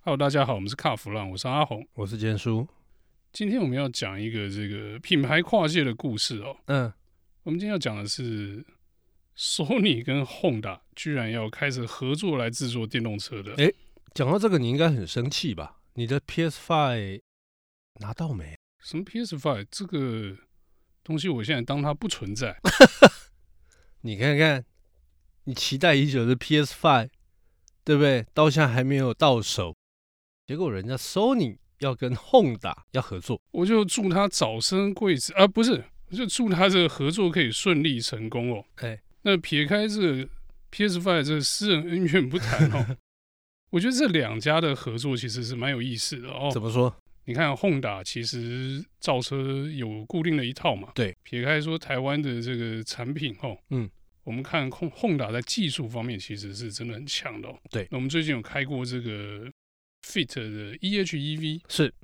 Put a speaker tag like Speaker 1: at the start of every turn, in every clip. Speaker 1: Hello，大家好，我们是卡弗朗，我是阿红。
Speaker 2: 我是坚叔。
Speaker 1: 今天我们要讲一个这个品牌跨界的故事哦。
Speaker 2: 嗯，
Speaker 1: 我们今天要讲的是，Sony 跟 Honda 居然要开始合作来制作电动车的。
Speaker 2: 诶讲到这个，你应该很生气吧？你的 PS Five 拿到没？啊
Speaker 1: 什么 PS Five 这个东西，我现在当它不存在。
Speaker 2: 你看看，你期待已久的 PS Five，对不对？到现在还没有到手，结果人家 Sony 要跟 Honda 要合作，
Speaker 1: 我就祝他早生贵子啊，不是，我就祝他这个合作可以顺利成功哦。
Speaker 2: 哎，
Speaker 1: 那撇开这个 PS Five 这个私人恩怨不谈哦，我觉得这两家的合作其实是蛮有意思的哦。
Speaker 2: 怎么说？
Speaker 1: 你看 Honda 其实造车有固定的一套嘛，
Speaker 2: 对。
Speaker 1: 撇开说台湾的这个产品哦，
Speaker 2: 嗯，
Speaker 1: 我们看 Hon Honda 在技术方面其实是真的很强的、哦。
Speaker 2: 对
Speaker 1: 那我们最近有开过这个 Fit 的 E EHEV，
Speaker 2: 是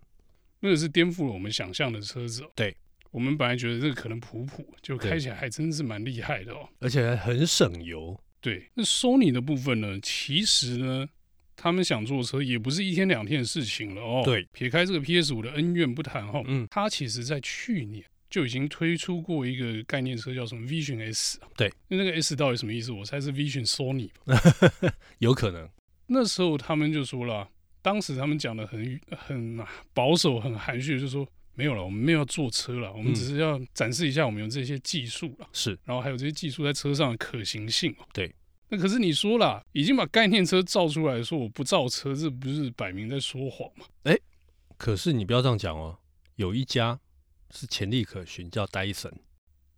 Speaker 1: 那个是颠覆了我们想象的车子、哦。
Speaker 2: 对，
Speaker 1: 我们本来觉得这个可能普普，就
Speaker 2: 对
Speaker 1: 开起来还真是蛮厉害的哦。
Speaker 2: 而且还很省油。
Speaker 1: 对，那 Sony 的部分呢，其实呢，他们想做车也不是一天两天的事情了哦。
Speaker 2: 对，
Speaker 1: 撇开这个 PS 五的恩怨不谈哦，
Speaker 2: 嗯，
Speaker 1: 它其实在去年就已经推出过一个概念车，叫什么 Vision S。
Speaker 2: 对，
Speaker 1: 那那个 S 到底什么意思？我猜是 Vision Sony 吧。
Speaker 2: 有可能。
Speaker 1: 那时候他们就说了啊，当时他们讲的很很啊保守、很含蓄，就说没有了，我们没有要做车了，我们
Speaker 2: 嗯
Speaker 1: 只是要展示一下我们有这些技术了，
Speaker 2: 是
Speaker 1: 然后还有这些技术在车上的可行性、哦。
Speaker 2: 对。
Speaker 1: 那可是你说啦，已经把概念车造出来，说我不造车，这不是摆明在说谎吗？
Speaker 2: 可是你不要这样讲哦，有一家是潜力可循，叫 Dyson，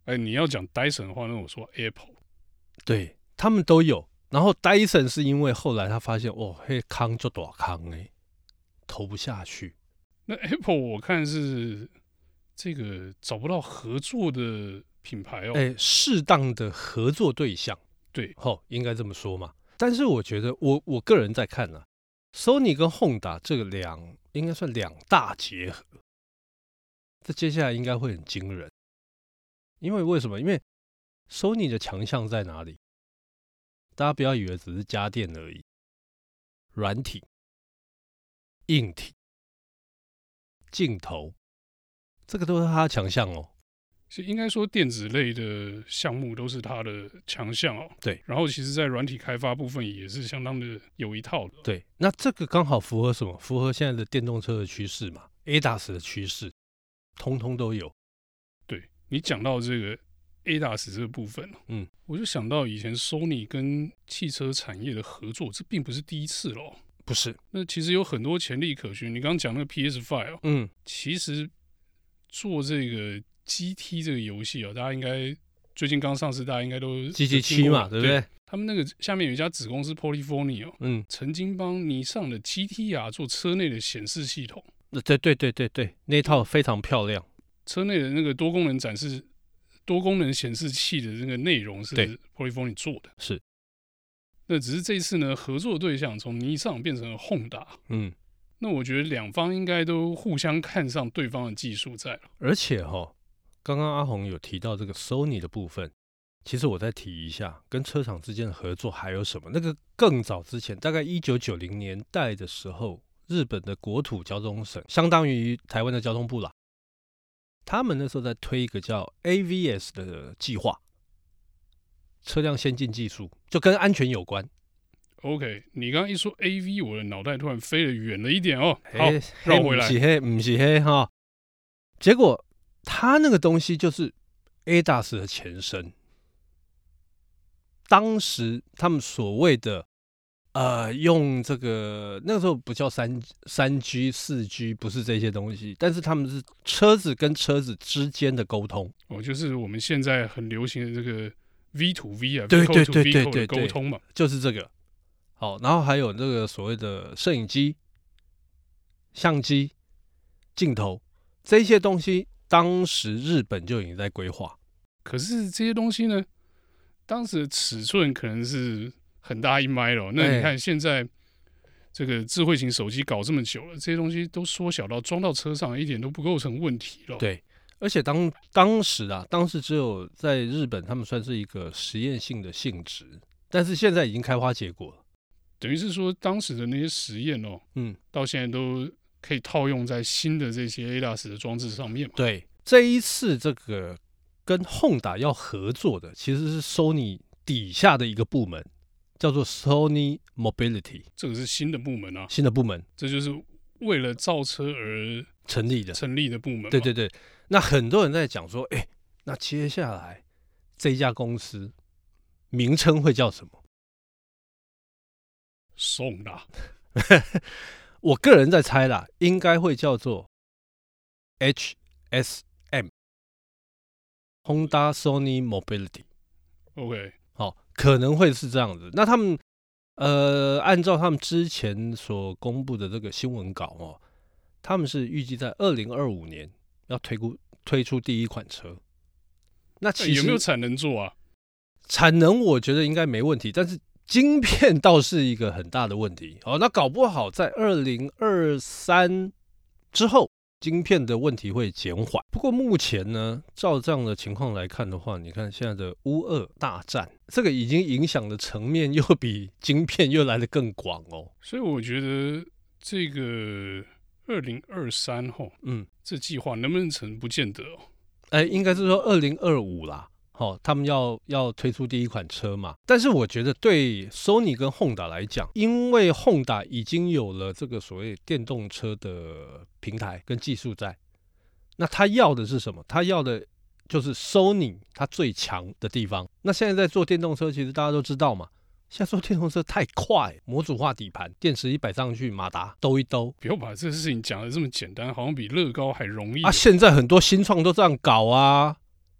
Speaker 1: 哎，你要讲 Dyson 的话，那我说 Apple，
Speaker 2: 对他们都有。然后 Dyson 是因为后来他发现，哦，嘿，康就短康哎，投不下去。
Speaker 1: 那 Apple 我看是这个找不到合作的品牌哦。
Speaker 2: 哎，适当的合作对象，
Speaker 1: 对，
Speaker 2: 哦，应该这么说嘛。但是我觉得我，我个人在看呢、s o n y 跟 Honda 这个两应该算两大结合，这接下来应该会很惊人。因为为什么？因为 Sony 的强项在哪里？大家不要以为只是家电而已，软体、硬体、镜头，这个都是它的强项哦。
Speaker 1: 是应该说电子类的项目都是它的强项哦。
Speaker 2: 对，
Speaker 1: 然后其实，在软体开发部分也是相当的有一套的。
Speaker 2: 对，那这个刚好符合什么？符合现在的电动车的趋势嘛，ADAS 的趋势，通通都有。
Speaker 1: 对你讲到这个 ADAS 这个部分哦，
Speaker 2: 嗯，
Speaker 1: 我就想到以前 Sony 跟汽车产业的合作，这并不是第一次喽。
Speaker 2: 不是，
Speaker 1: 那其实有很多潜力可循。你刚刚讲那个 PS Five 哦，
Speaker 2: 嗯，
Speaker 1: 其实做这个 GT 这个游戏哦，大家应该最近刚上市，大家应该都
Speaker 2: g
Speaker 1: 有
Speaker 2: t
Speaker 1: 听
Speaker 2: 七
Speaker 1: 过
Speaker 2: 嘛，对不
Speaker 1: 对？
Speaker 2: 对？
Speaker 1: 他们那个下面有一家子公司 Polyphony 哦，
Speaker 2: 嗯，
Speaker 1: 曾经帮尼桑的 GTR 做车内的显示系统，
Speaker 2: 那对对对对对，那套非常漂亮。
Speaker 1: 车内的那个多功能展示、多功能显示器的那个内容是
Speaker 2: 对
Speaker 1: Polyphony 做的。
Speaker 2: 是，
Speaker 1: 那只是这一次呢，合作对象从尼桑变成了 Honda。
Speaker 2: 嗯，
Speaker 1: 那我觉得两方应该都互相看上对方的技术在了。
Speaker 2: 而且哈、刚刚阿红有提到这个 Sony 的部分，其实我再提一下，跟车厂之间的合作还有什么？那个更早之前，大概一九九零年代的时候，日本的国土交通省，相当于台湾的交通部啦，他们那时候在推一个叫 AVS 的计划，车辆先进技术，就跟安全有关。
Speaker 1: OK，你刚刚一说 AV，我的脑袋突然飞得远了一点哦。好，
Speaker 2: 嘿
Speaker 1: 绕
Speaker 2: 嘿
Speaker 1: 回
Speaker 2: 不
Speaker 1: 来
Speaker 2: 是黑，不是黑哈。结果他那个东西就是 ADAS 的前身。当时他们所谓的呃，用这个那个时候不叫三三 G、四 G，不是这些东西，但是他们是车子跟车子之间的沟通。
Speaker 1: 哦，就是我们现在很流行的这个 V to V 啊
Speaker 2: 对
Speaker 1: ，V
Speaker 2: 对
Speaker 1: to
Speaker 2: 对
Speaker 1: V
Speaker 2: 对
Speaker 1: 的
Speaker 2: 对
Speaker 1: 沟
Speaker 2: 对
Speaker 1: 通嘛。
Speaker 2: 就是这个。好，然后还有这个所谓的摄影机、相机、镜头这些东西，当时日本就已经在规划。
Speaker 1: 可是这些东西呢，当时的尺寸可能是很大一麦了哦。那你
Speaker 2: 哎
Speaker 1: 看现在这个智慧型手机搞这么久了，这些东西都缩小到装到车上，一点都不构成问题了。，
Speaker 2: 对，而且当当时啊，当时只有在日本，他们算是一个实验性的性质，但是现在已经开花结果了。
Speaker 1: 等于是说当时的那些实验哦，
Speaker 2: 嗯，
Speaker 1: 到现在都可以套用在新的这些 ADAS 的装置上面嘛。
Speaker 2: 对，这一次这个跟 Honda 要合作的其实是 Sony 底下的一个部门，叫做 Sony Mobility
Speaker 1: 这个是新的部门啊，
Speaker 2: 新的部门
Speaker 1: 这就是为了造车而
Speaker 2: 成立的。
Speaker 1: 成立的部门嘛。
Speaker 2: 对对对，那很多人在讲说，哎，那接下来这一家公司名称会叫什么？
Speaker 1: 送的啊
Speaker 2: 我个人在猜啦，应该会叫做 HSM Honda Sony Mobility。
Speaker 1: ，OK，
Speaker 2: 哦，可能会是这样子。那他们呃，按照他们之前所公布的这个新闻稿哦，他们是预计在二零二五年要推估推出第一款车。那
Speaker 1: 哎
Speaker 2: 其
Speaker 1: 有没有
Speaker 2: 实
Speaker 1: 产能做啊？
Speaker 2: 产能我觉得应该没问题，但是晶片倒是一个很大的问题。 哦，那搞不好在二零二三之后，晶片的问题会减缓。不过目前呢，照这样的情况来看的话，你看现在的乌俄大战，这个已经影响的层面又比晶片又来得更广哦。
Speaker 1: 所以我觉得这个二零二三吼，
Speaker 2: 嗯，
Speaker 1: 这计划能不能成，不见得哦。
Speaker 2: 哎，应该是说二零二五啦。哦，他们要要推出第一款车嘛，但是我觉得对 Sony 跟 Honda 来讲，因为 Honda 已经有了这个所谓电动车的平台跟技术在，那他要的是什么？他要的就是 Sony 它最强的地方。那现在在做电动车，其实大家都知道嘛，现在做电动车太快，模组化底盘，电池一摆上去，马达兜一兜，
Speaker 1: 不要把这事情讲的这么简单，好像比乐高还容易
Speaker 2: 啊，。现在很多新创都这样搞啊，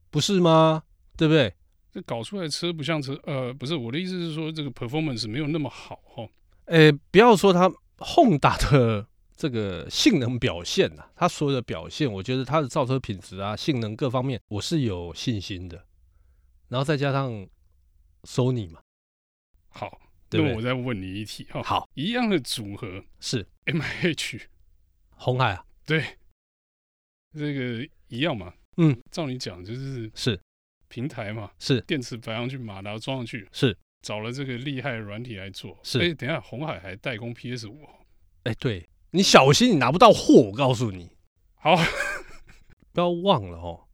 Speaker 2: 不是吗？对不对？
Speaker 1: 这搞出来车不像车，呃，不是我的意思是说，这个 performance 没有那么好哈、哦。
Speaker 2: 呃，不要说它 Honda 的这个性能表现呐、它所有的表现，我觉得它的造车品质啊、性能各方面，我是有信心的。然后再加上 Sony 嘛，
Speaker 1: 好，
Speaker 2: 对不
Speaker 1: 那
Speaker 2: 对？
Speaker 1: 我再问你一题哈、
Speaker 2: 好，
Speaker 1: 一样的组合
Speaker 2: 是
Speaker 1: M H
Speaker 2: 红海啊，
Speaker 1: 对，这个一样嘛。
Speaker 2: 嗯，
Speaker 1: 照你讲就是
Speaker 2: 是
Speaker 1: 平台嘛，
Speaker 2: 是
Speaker 1: 电池摆上去，马达装上去，
Speaker 2: 是，
Speaker 1: 找了这个厉害的软体来做。
Speaker 2: 是
Speaker 1: 哎，等一下，红海还代工 PS 五、哦。
Speaker 2: 哎，对你小心你拿不到货，我告诉你，
Speaker 1: 好，
Speaker 2: 不要忘了哦，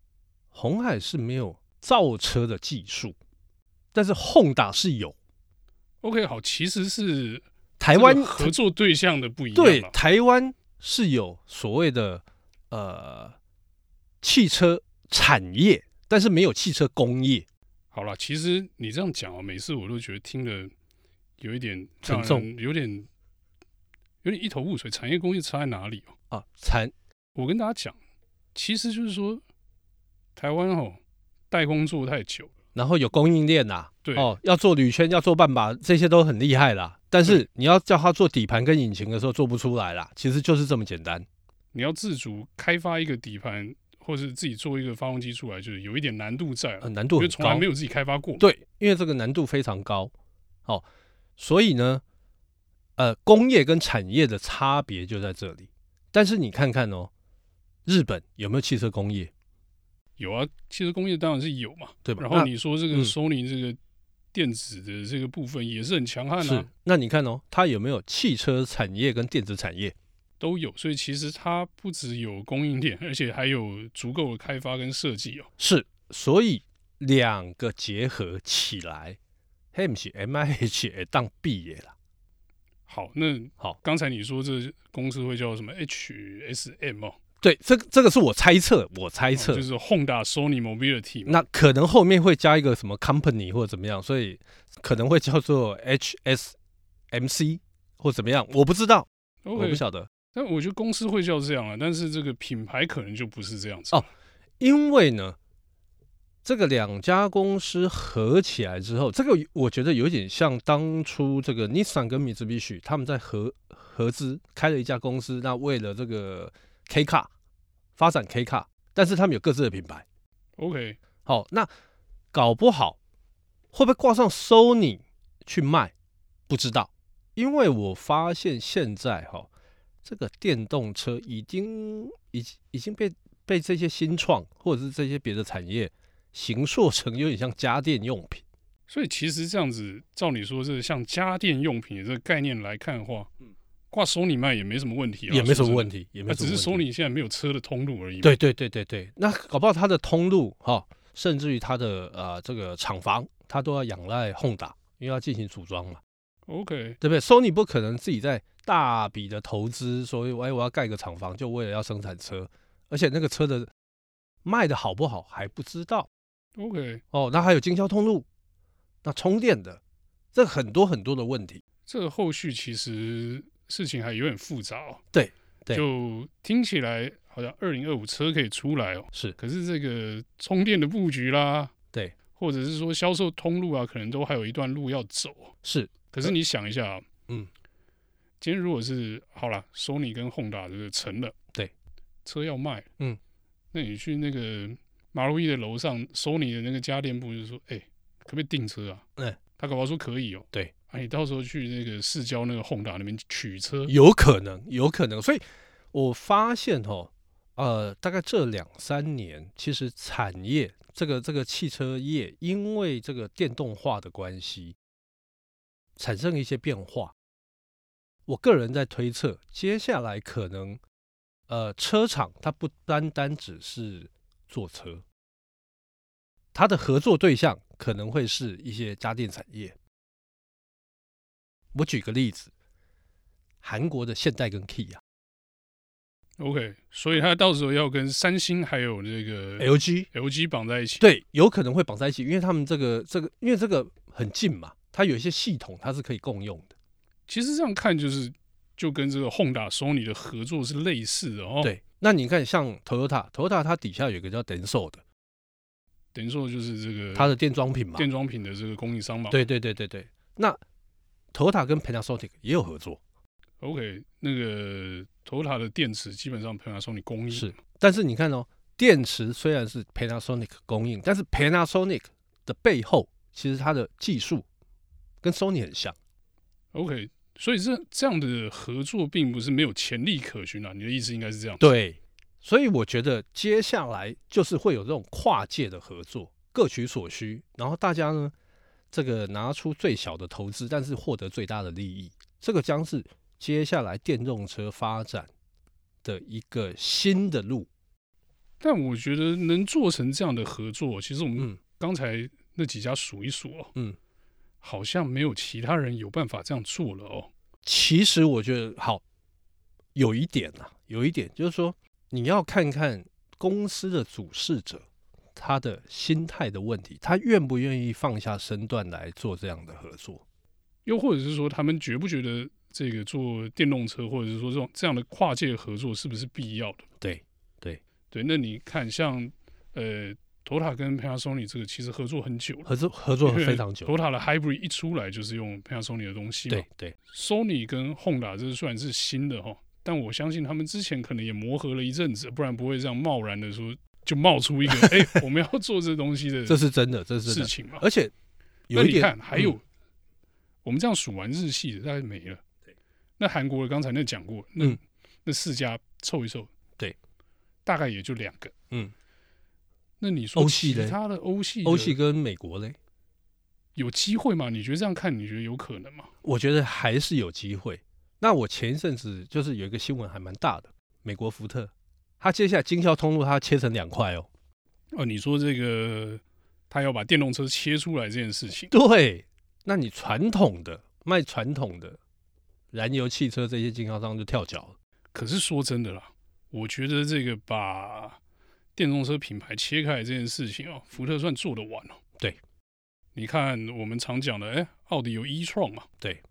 Speaker 2: 红海是没有造车的技术，但是 Honda 是有。
Speaker 1: OK，好，其实是
Speaker 2: 台湾
Speaker 1: 这个合作对象的不一样
Speaker 2: 对
Speaker 1: 嘛，
Speaker 2: 台湾是有所谓的呃汽车产业，但是没有汽车工业。
Speaker 1: 好了，其实你这样讲哦，每次我都觉得听了有一点
Speaker 2: 沉
Speaker 1: 让人
Speaker 2: 重
Speaker 1: 有点有点一头雾水。产业工业差在哪里哦？
Speaker 2: 啊，产
Speaker 1: 我跟大家讲，其实就是说台湾哦，代工做太久了，
Speaker 2: 然后有供应链呐、
Speaker 1: 对
Speaker 2: 哦，要做铝圈，要做半把，这些都很厉害啦。但是你要叫他做底盘跟引擎的时候，做不出来啦。其实就是这么简单。
Speaker 1: 你要自主开发一个底盘，或是自己做一个发动机出来，就是有一点难度在了
Speaker 2: 呃，，难
Speaker 1: 因
Speaker 2: 度
Speaker 1: 为
Speaker 2: 很
Speaker 1: 从来
Speaker 2: 高
Speaker 1: 没。有自己开发过。
Speaker 2: 对，因为这个难度非常高，哦，所以呢，呃，工业跟产业的差别就在这里。但是你看看哦，日本有没有汽车工业？
Speaker 1: 有啊，汽车工业当然是有嘛。
Speaker 2: 对吧？
Speaker 1: 然
Speaker 2: 那
Speaker 1: 后你说这个
Speaker 2: 嗯
Speaker 1: Sony 这个电子的这个部分也是很强悍啊
Speaker 2: 是，那你看哦，它有没有汽车产业跟电子产业？
Speaker 1: 都有，所以其实它不只有供应链，而且还有足够的开发跟设计哦。
Speaker 2: 是，所以两个结合起来，嘿，不是 M I H 也当毕业啦。
Speaker 1: 好，那
Speaker 2: 好，
Speaker 1: 刚才你说这公司会叫什么 HSM 哦，
Speaker 2: 对，这个这个是我猜测，我猜
Speaker 1: 哦
Speaker 2: 测，
Speaker 1: 就是 Honda Sony Mobility 嘛。
Speaker 2: 那可能后面会加一个什么 company 或者怎么样，所以可能会叫做 HSMC 或怎么样，我不知道，我
Speaker 1: OK，
Speaker 2: 不晓得，
Speaker 1: 但我觉得公司会叫这样啊，但是这个品牌可能就不是这样子
Speaker 2: 哦因为呢，这个两家公司合起来之后，这个我觉得有点像当初这个 Nissan 跟 Mitsubishi 他们在合合资开了一家公司，那为了这个 K 卡发展 K 卡，但是他们有各自的品牌。
Speaker 1: OK，
Speaker 2: 好、那搞不好会不会挂上 Sony 去卖？不知道，因为我发现现在哈、这个电动车已经已经已经被被这些新创或者是这些别的产业形塑成有点像家电用品。
Speaker 1: 所以其实这样子，照你说，这像家电用品的这个概念来看的话，挂 Sony 卖也没什么问题啊，
Speaker 2: 也没什么
Speaker 1: 是不是
Speaker 2: 问题，也没
Speaker 1: 啊
Speaker 2: 什
Speaker 1: 只
Speaker 2: 么问
Speaker 1: 是
Speaker 2: 题
Speaker 1: Sony 现在没有车的通路而已嘛。
Speaker 2: 对对对对对，那搞不好它的通路哈、甚至于它的呃这个厂房，它都要仰赖 Honda，因为要进行组装嘛，
Speaker 1: ，OK，
Speaker 2: 对不对？Sony 不可能自己在大笔的投资，所以哎我要盖个厂房，就为了要生产车，而且那个车的卖的好不好还不知道
Speaker 1: OK，
Speaker 2: 哦。那还有经销通路，那充电的，这很多很多的问题。
Speaker 1: 这个后续其实事情还有点复杂哦。
Speaker 2: 对对
Speaker 1: 就听起来好像二零二五车可以出来哦，
Speaker 2: 是
Speaker 1: 可是这个充电的布局啦，
Speaker 2: 对，
Speaker 1: 或者是说销售通路啊，可能都还有一段路要走。
Speaker 2: 是，
Speaker 1: 可是你想一下、啊，
Speaker 2: 嗯，
Speaker 1: 今天如果是好了，Sony 跟 Honda 这个成了，
Speaker 2: 对，
Speaker 1: 车要卖，
Speaker 2: 嗯，
Speaker 1: 那你去那个马路一的楼上，Sony 的那个家电部就说，哎、可不可以订车啊？
Speaker 2: 哎
Speaker 1: 他搞不好说可以哦、
Speaker 2: 对，
Speaker 1: 啊，你到时候去那个市郊那个 Honda 那边取车，
Speaker 2: 有可能，有可能。所以我发现哦，呃，大概这两三年，其实产业这个这个汽车业，因为这个电动化的关系，产生一些变化。我个人在推测，接下来可能，呃，车厂它不单单只是做车，它的合作对象可能会是一些家电产业。我举个例子，韩国的现代跟 Key 啊
Speaker 1: OK，所以他到时候要跟三星还有这个
Speaker 2: ，LG，
Speaker 1: LG 绑在一起。
Speaker 2: 对，有可能会绑在一起，因为他们这个这个，因为这个很近嘛，它有一些系统它是可以共用的。
Speaker 1: 其实这样看就是就跟这个 Honda、Sony 的合作是类似的哦。，
Speaker 2: 对，那你看像 Toyota，Toyota 它底下有一个叫 Denso 的，
Speaker 1: 等于说就是这个
Speaker 2: 它的电装品嘛。
Speaker 1: 嗯电装品的这个供应商嘛。
Speaker 2: 对对对对对，那 Toyota 跟 Panasonic 也有合作，
Speaker 1: ，OK，那个 Toyota 的电池基本上 Panasonic 供应
Speaker 2: 是，但是你看哦，电池虽然是 Panasonic 供应，但是 Panasonic 的背后其实它的技术跟 Sony 很像。
Speaker 1: OK，所以这这样的合作并不是没有潜力可循啊。你的意思应该是这样？，
Speaker 2: 对，所以我觉得接下来就是会有这种跨界的合作，各取所需，然后大家呢，这个拿出最小的投资，但是获得最大的利益，这个将是接下来电动车发展的一个新的路。
Speaker 1: 但我觉得能做成这样的合作，其实我们
Speaker 2: 嗯，
Speaker 1: 刚才那几家数一数哦，
Speaker 2: 嗯，
Speaker 1: 好像没有其他人有办法这样做了哦。
Speaker 2: 其实我觉得好，有一点啊，有一点就是说，你要看看公司的主事者他的心态的问题，他愿不愿意放下身段来做这样的合作。
Speaker 1: 又或者是说，他们觉不觉得这个做电动车，或者是说这种这样的跨界合作是不是必要的？
Speaker 2: 对对
Speaker 1: 对，那你看像呃，Toyota 跟 Panasonic 这个其实合作很久了，
Speaker 2: 合作合作
Speaker 1: 因为
Speaker 2: 非 常久。
Speaker 1: Toyota 的 Hybrid 一出来就是用 Panasonic 的东西嘛
Speaker 2: 对对，
Speaker 1: ，Sony 跟 Honda 这虽然是新的哈，但我相信他们之前可能也磨合了一阵子，不然不会这样贸然的说就冒出 一个哎、我们要做这东西的
Speaker 2: 这是真的，这是真
Speaker 1: 事
Speaker 2: 的。
Speaker 1: 情嘛。
Speaker 2: 而且有
Speaker 1: 哦那
Speaker 2: 一
Speaker 1: 你
Speaker 2: 点，
Speaker 1: 看，还有、
Speaker 2: 嗯
Speaker 1: 我们这样数完日系的，大概没了。那韩国的刚才那讲过，那、
Speaker 2: 嗯
Speaker 1: 那四家凑一凑，
Speaker 2: 对，
Speaker 1: 大概也就两个。
Speaker 2: 嗯，
Speaker 1: 那你说
Speaker 2: 欧系
Speaker 1: 其
Speaker 2: 嘞
Speaker 1: 他的欧系的
Speaker 2: 欧系跟美国嘞，
Speaker 1: 有机会吗？你觉得这样看，你觉得有可能吗？
Speaker 2: 我觉得还是有机会。那我前一阵子就是有一个新闻还蛮大的，美国福特，它接下来经销通路它切成两块哦。
Speaker 1: 哦，你说这个他要把电动车切出来这件事情，
Speaker 2: 对，那你传统的卖传统的燃油汽车这些经销商就跳脚了。
Speaker 1: 可是说真的啦，我觉得这个把电动车品牌切开来这件事情哦，福特算做得完哦。
Speaker 2: 对，
Speaker 1: 你看我们常讲的，哎，奥迪有 e-tron 嘛，
Speaker 2: 对，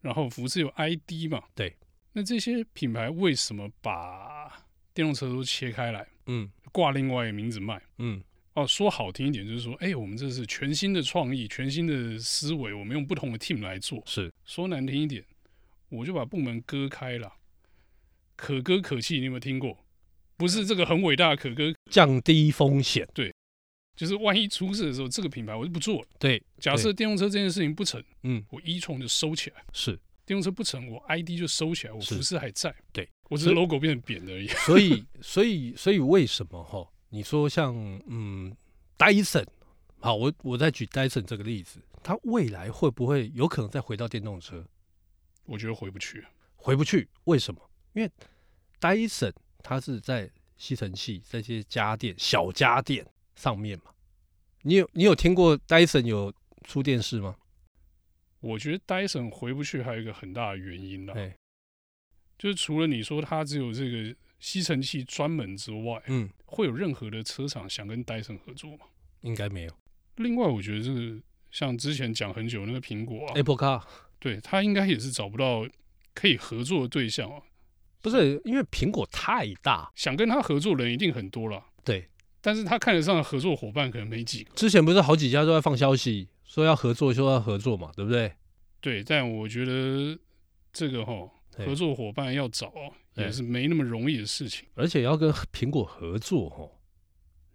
Speaker 1: 然后福斯有 ID 嘛，
Speaker 2: 对，
Speaker 1: 那这些品牌为什么把电动车都切开来，
Speaker 2: 嗯
Speaker 1: 挂另外一个名字卖？
Speaker 2: 嗯，
Speaker 1: 哦，说好听一点就是说，哎，我们这是全新的创意、全新的思维，我们用不同的 team 来做。
Speaker 2: 是
Speaker 1: 说难听一点，我就把部门割开了。可歌可泣，你有没有听过？不是这个很伟大的可歌，
Speaker 2: 降低风险。
Speaker 1: 就是万一出事的时候，这个品牌我就不做了。
Speaker 2: 对，
Speaker 1: 假设电动车这件事情不成，
Speaker 2: 嗯，
Speaker 1: 我一创就收起来；
Speaker 2: 是。
Speaker 1: 电动车不成，我 ID 就收起来，我
Speaker 2: 是
Speaker 1: 服饰还在。
Speaker 2: 对，
Speaker 1: 我只
Speaker 2: 所
Speaker 1: 是
Speaker 2: 以
Speaker 1: logo 变成扁的而已。
Speaker 2: 所以，所以，所以为什么哈？你说像嗯，戴森，好，我我再举戴森这个例子，它未来会不会有可能再回到电动车？
Speaker 1: 我觉得回不去。
Speaker 2: 回不去，为什么？因为戴森它是在吸尘器这些家电、小家电上面嘛。你有你有听过戴森有出电视吗？
Speaker 1: 我觉得戴森回不去还有一个很大的原因啦，
Speaker 2: 哎，
Speaker 1: 就是除了你说它只有这个吸尘器专门之外，
Speaker 2: 嗯，
Speaker 1: 会有任何的车厂想跟戴森合作吗？
Speaker 2: 应该没有。
Speaker 1: 另外，我觉得这个像之前讲很久那个苹果啊，
Speaker 2: Apple Car
Speaker 1: 对它应该也是找不到可以合作的对象啊。
Speaker 2: 不是因为苹果太大，
Speaker 1: 想跟他合作的人一定很多了，
Speaker 2: 对，
Speaker 1: 但是他看得上的合作伙伴可能没几个。
Speaker 2: 之前不是好几家都在放消息说要合作，说要合作嘛，对不对？
Speaker 1: 对，但我觉得这个哈
Speaker 2: 对
Speaker 1: 合作伙伴要找哦
Speaker 2: 对
Speaker 1: 也是没那么容易的事情。
Speaker 2: 而且要跟苹果合作哦，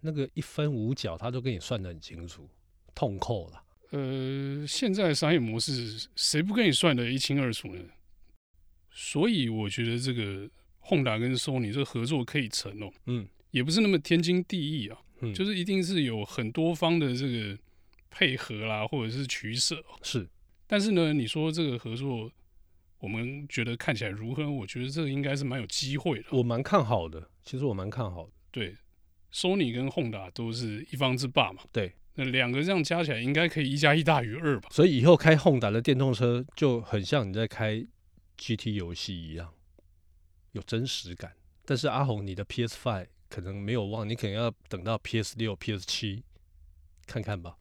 Speaker 2: 那个一分五角他都跟你算得很清楚，痛扣了。
Speaker 1: 呃，现在的商业模式谁不跟你算得一清二楚呢？所以我觉得这个 Honda 跟 Sony 这个合作可以成哦，
Speaker 2: 嗯
Speaker 1: 也不是那么天经地义啊，
Speaker 2: 嗯，
Speaker 1: 就是是一定是有很多方的这个配合啦，或者是取舍哦
Speaker 2: 是
Speaker 1: 但是呢，你说这个合作，我们觉得看起来如何？我觉得这个应该是蛮有机会的。
Speaker 2: 我蛮看好的，其实我蛮看好的。
Speaker 1: 对，Sony 跟 Honda 都是一方之霸嘛。
Speaker 2: 对，
Speaker 1: 那两个这样加起来，应该可以一加一大于二吧？
Speaker 2: 所以以后开 Honda 的电动车就很像你在开 GT 游戏一样，有真实感。但是阿红，你的 PS Five 可能没有望，你可能要等到 PS 六、PS 七看看吧。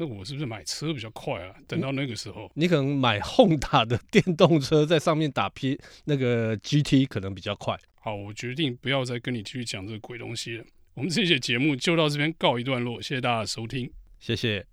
Speaker 1: 那我是不是买车比较快啊？等到那个时候，
Speaker 2: 你可能买 Honda 的电动车，在上面打 P 那个 GT 可能比较快。
Speaker 1: 好，我决定不要再跟你继续讲这个鬼东西了。我们这期的节目就到这边告一段落，谢谢大家的收听。
Speaker 2: 谢谢。